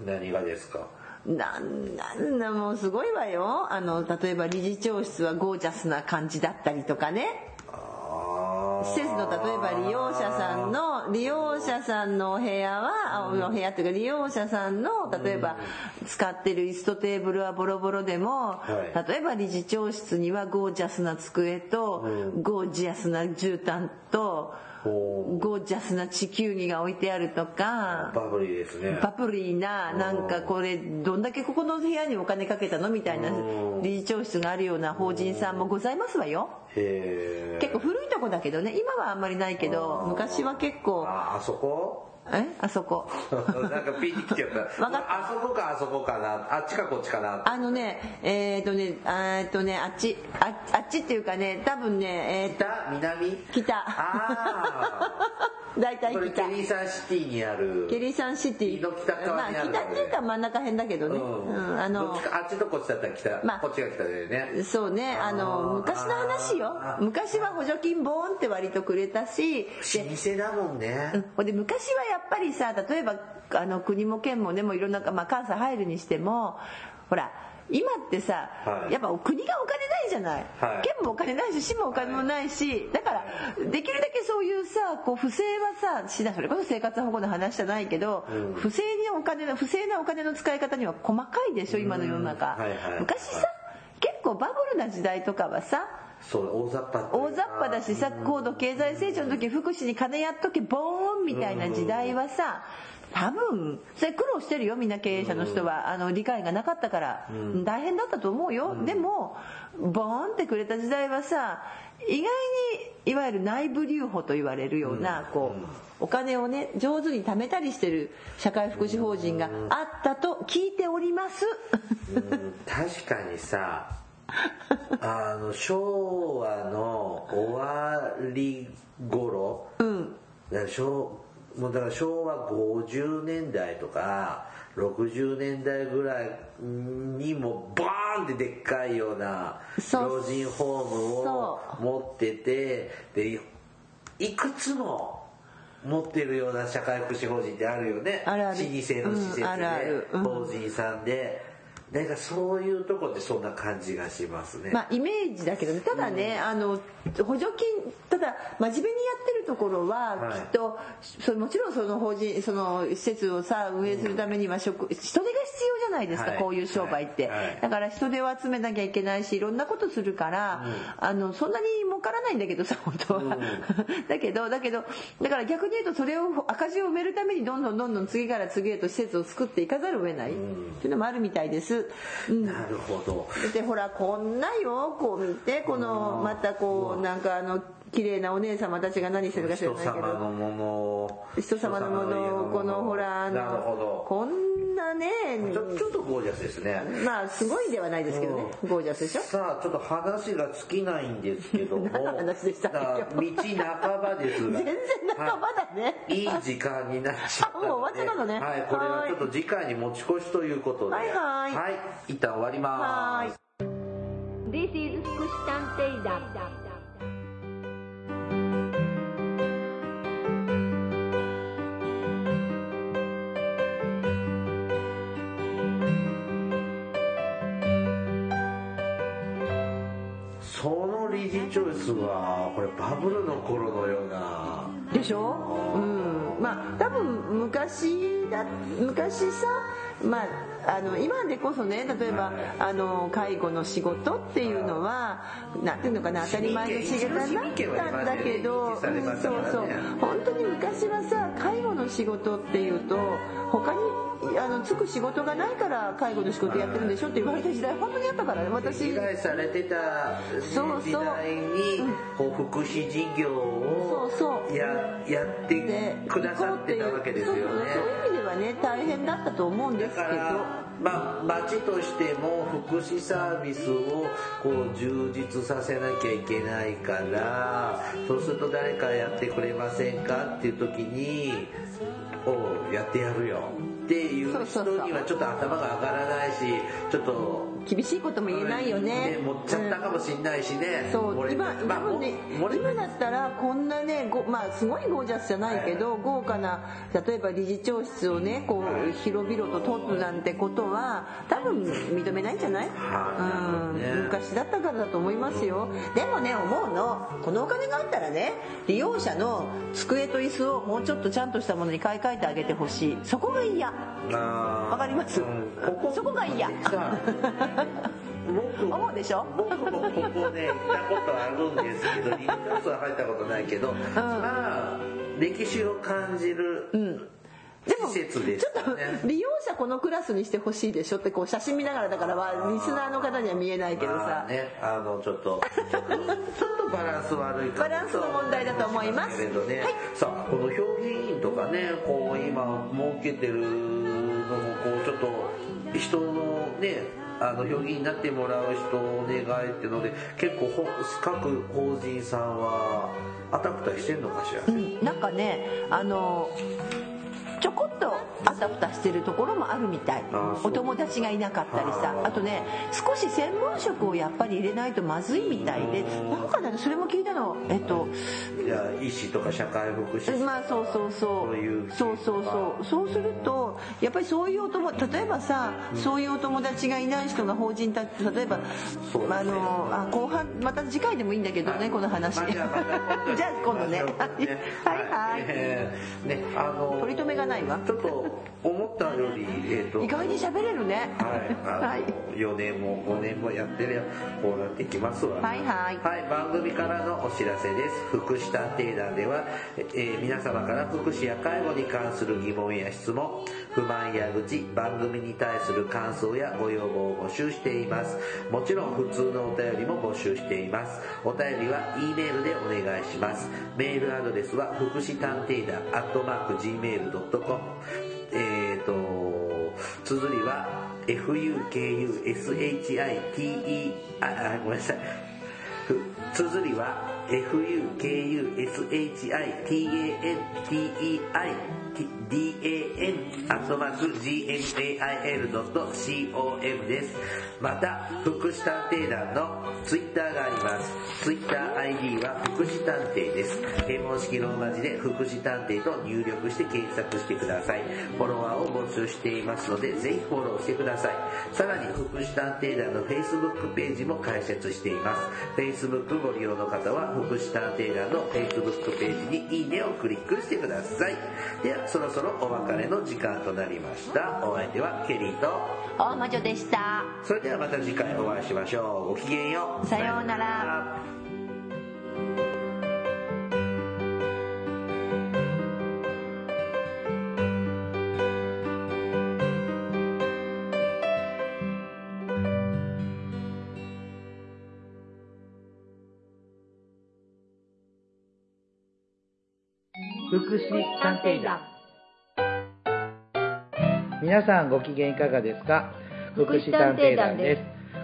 ー何がですか
なんなんだもうすごいわよあの例えば理事長室はゴージャスな感じだったりとかね
あー
施設の例えば利用者さんの利用者さんのお部屋はあお部屋っていうか利用者さんの例えば使ってる椅子とテーブルはボロボロでも
はい
例えば理事長室にはゴージャスな机と
うん
ゴージャスな絨毯と
ほ
ゴージャスな地球儀が置いてあるとか
うバブリーですね
パプリーななんかこれどんだけここの部屋にお金かけたのみたいな
うん
理事長室があるような法人さんもございますわよ。
へえ
結構古いとこだけどね今はあんまりないけど
あー
昔は結構
ああそこ [laughs]
えあそこ
なんかピンに来ちゃった
わかった
あそこかあそこかなあっちかこっちかな
あのねえっ、とねえっとねあっちああっちっていうかね多分ねえっ、と
北南
北
あ
大
あ
[laughs] 体
これケ
北
リーサンシティにある
ケリーサンシティ
の北側にあるんだ
ま
よ
あ、
ね
北っていうか真ん中辺だけどね、うんあ
ど
の
っちかあっちとこっちだったら北、
まあ
こっちが北だよね
そうねあの
あー
昔の話よ
あー
昔は補助金ボーンって割とくれたしで
老舗だもんね、
うんほんで昔はやっぱりさ例えばあの国も県もねもういろんな、まあ、関西入るにしてもほら今ってさ、
はい
やっぱ国がお金ないじゃない、
はい
県もお金ないし市もお金もないし、だからできるだけそういうさこう不正はさしなそれこそ生活保護の話じゃないけど、
うん
不正にお金の不正なお金の使い方には細かいでしょ今の世の中、
うんはいはい
昔さ結構バブルな時代とかはさ
そう大雑把っていうか
大雑把だしさ高度経済成長の時福祉に金やっとけボーンみたいな時代はさ多分それ苦労してるよみんな経営者の人はあの理解がなかったから
ん
大変だったと思うよでもボーンってくれた時代はさ意外にいわゆる内部留保と言われるようなこうお金をね上手に貯めたりしてる社会福祉法人があったと聞いております。
うん確かに
[laughs]
さあの昭和の終わり頃、だから昭もうだから昭和50年代とか60年代ぐらいにもバーンってでっかいような
そう
老人ホームを持っててでいくつも持ってるような社会福祉法人ってあるよね
あるある
老舗の施設で、
うんあるあるうん
法人さんでなんかそういうとこってそんな感じがしますね、
まあ、イメージだけどねただね、あの補助金ただ真面目にやってるところは
はい
きっと、そもちろんその法人その施設をさ運営するためには職、人手が必要じゃないですか、
はい
こういう商売って、
はいはい
だから人手を集めなきゃいけないしいろんなことするから、あのそんなに儲からないんだけどさ本当は、 [laughs] だけどだけどだから逆に言うとそれを赤字を埋めるためにどんどんどんどん次から次へと施設を作っていかざるを得ない、っていうのもあるみたいです。うん
なるほど
でほらこんなよこう見てこのまたこうなんかあの綺麗なお姉様たちが何してるか知ら
人
ないけ
様
ど
のものを
人様のものをこのほらあ
なるほ
の
ど
こんなね
ちょちょっとゴージャスですね
まあすごいではないですけどね
うん
ゴージャスでしょ
さあちょっと話が尽きないんですけども
[laughs] 何の話でしたっけ
だから道半ばですが
全然仲間だね
はいいい時間になっちゃったので
あもう終わっちゃったのね
はいこれはちょっと次回に持ち越しということで
はいはい
はい一旦終わります
はーい
This is 福祉探偵団。
その理事チョイスはこれバブルの頃のような
でしょうんまあ多分昔だ昔さまああの今でこそね例えば
はい
あの介護の仕事っていうのはなんていうのかな当たり前の仕事になったんだけど、
一応市民権は
う
今
ん
で
そう
もね
そう本当に昔はさ介護の仕事っていうと他にあのつく仕事がないから介護の仕事やってるんでしょって言われた時代本当にあったからね私
被害されてた
そうそう
時代にこう福祉事業を
そうそう
ややって
で
くださってたわけですよね
そうそうそういう意味ではね大変だったと思うんで
だ
す
か
けど
ら、まあ、町としても福祉サービスをこう充実させなきゃいけないからそうすると誰かやってくれませんかっていう時に「おうやってやるよ」っていう人
そうそうそう
にはちょっと頭が上がらないしちょっと。
厳しいことも言えないよね。
持っちゃったかもしんないしね。
うんそう
俺
今
ま
今
あ
もね
も俺
今だったらこんなねごまあすごいゴージャスじゃないけど豪華な例えば理事長室をねこう広々と取るなんてことは多分認めないんじゃない、
は
う
いなるほどね
ん、昔だったからだと思いますよでもね思うのこのお金があったらね利用者の机と椅子をもうちょっとちゃんとしたものに買い替えてあげてほしいそこが嫌わ
わ
かります
ここ
そこが嫌 [laughs]
さ僕
思うでしょ
僕もここね行ったことあるんですけどリップスは入ったことないけど、まあ歴史を感じる、
でも
施設です
ちょっ
からね
と利用者このクラスにしてほしいでしょってこう写真見ながらだからまあリスナーの方には見えないけど
ま
さ
あ、ね、あのちょっとちょっとバランス悪いかも
バランスの問題だと思います
けれどね、さあこの表現員とかねこう今設けてるのもこうちょっと人のねあの表現になってもらう人をお願いっていうので結構ほ各法人さんはあたふたしてんのかしら、
うん、なんかねあのちょこっとあたふたしてるところもあるみたい
あそう
お友達がいなかったりさ
はあ
あとね少し専門職をやっぱり入れないとまずいみたいでなんかねそれも聞いたのえっと
じゃあ医師とか社会福祉士とか
まあそうそうそ
そういう
うそうそうそうそうするとやっぱりそういうお友例えばさそういうお友達がいない人が法人た例えば
そうですね
まああのあ後半また次回でもいいんだけど
は
ね
い
この話
まあ
じ
じゃ
ゃ
あまた
あ今度ね
また今度ね
はいはい
えーねあの
取り留めがないわ
ちょっと思ったより、えー、と
意外に喋れるね
は
はいい、
あの4年も5年もやってりゃこうなってきますわ、
はいはい
番組からのお知らせです福祉探偵団では、えー皆様から福祉や介護に関する疑問や質問不満や愚痴番組に対する感想やご要望を募集していますもちろん普通のお便りも募集していますお便りは E メールでお願いしますメールアドレスは福祉探偵団 gmail.com えーと綴りは fukushitei ああごめんなさいふ綴りは fukushitei.dan アットマーク gmail.com ですまた福祉探偵団のツイッターがありますツイッター ID は福祉探偵です英文式ローマ字で福祉探偵と入力して検索してくださいフォロワーを募集していますのでぜひフォローしてくださいさらに福祉探偵団の Facebook ページも開設しています Facebook ご利用の方は福祉探偵団の Facebook ページにいいねをクリックしてくださいではそろそろお別れの時間となりましたお相手はケリーと
大魔女でした
それではまた次回お会いしましょうごきげんよう
さようなら
福祉探偵団皆さんご機嫌いかがですか福祉探偵団です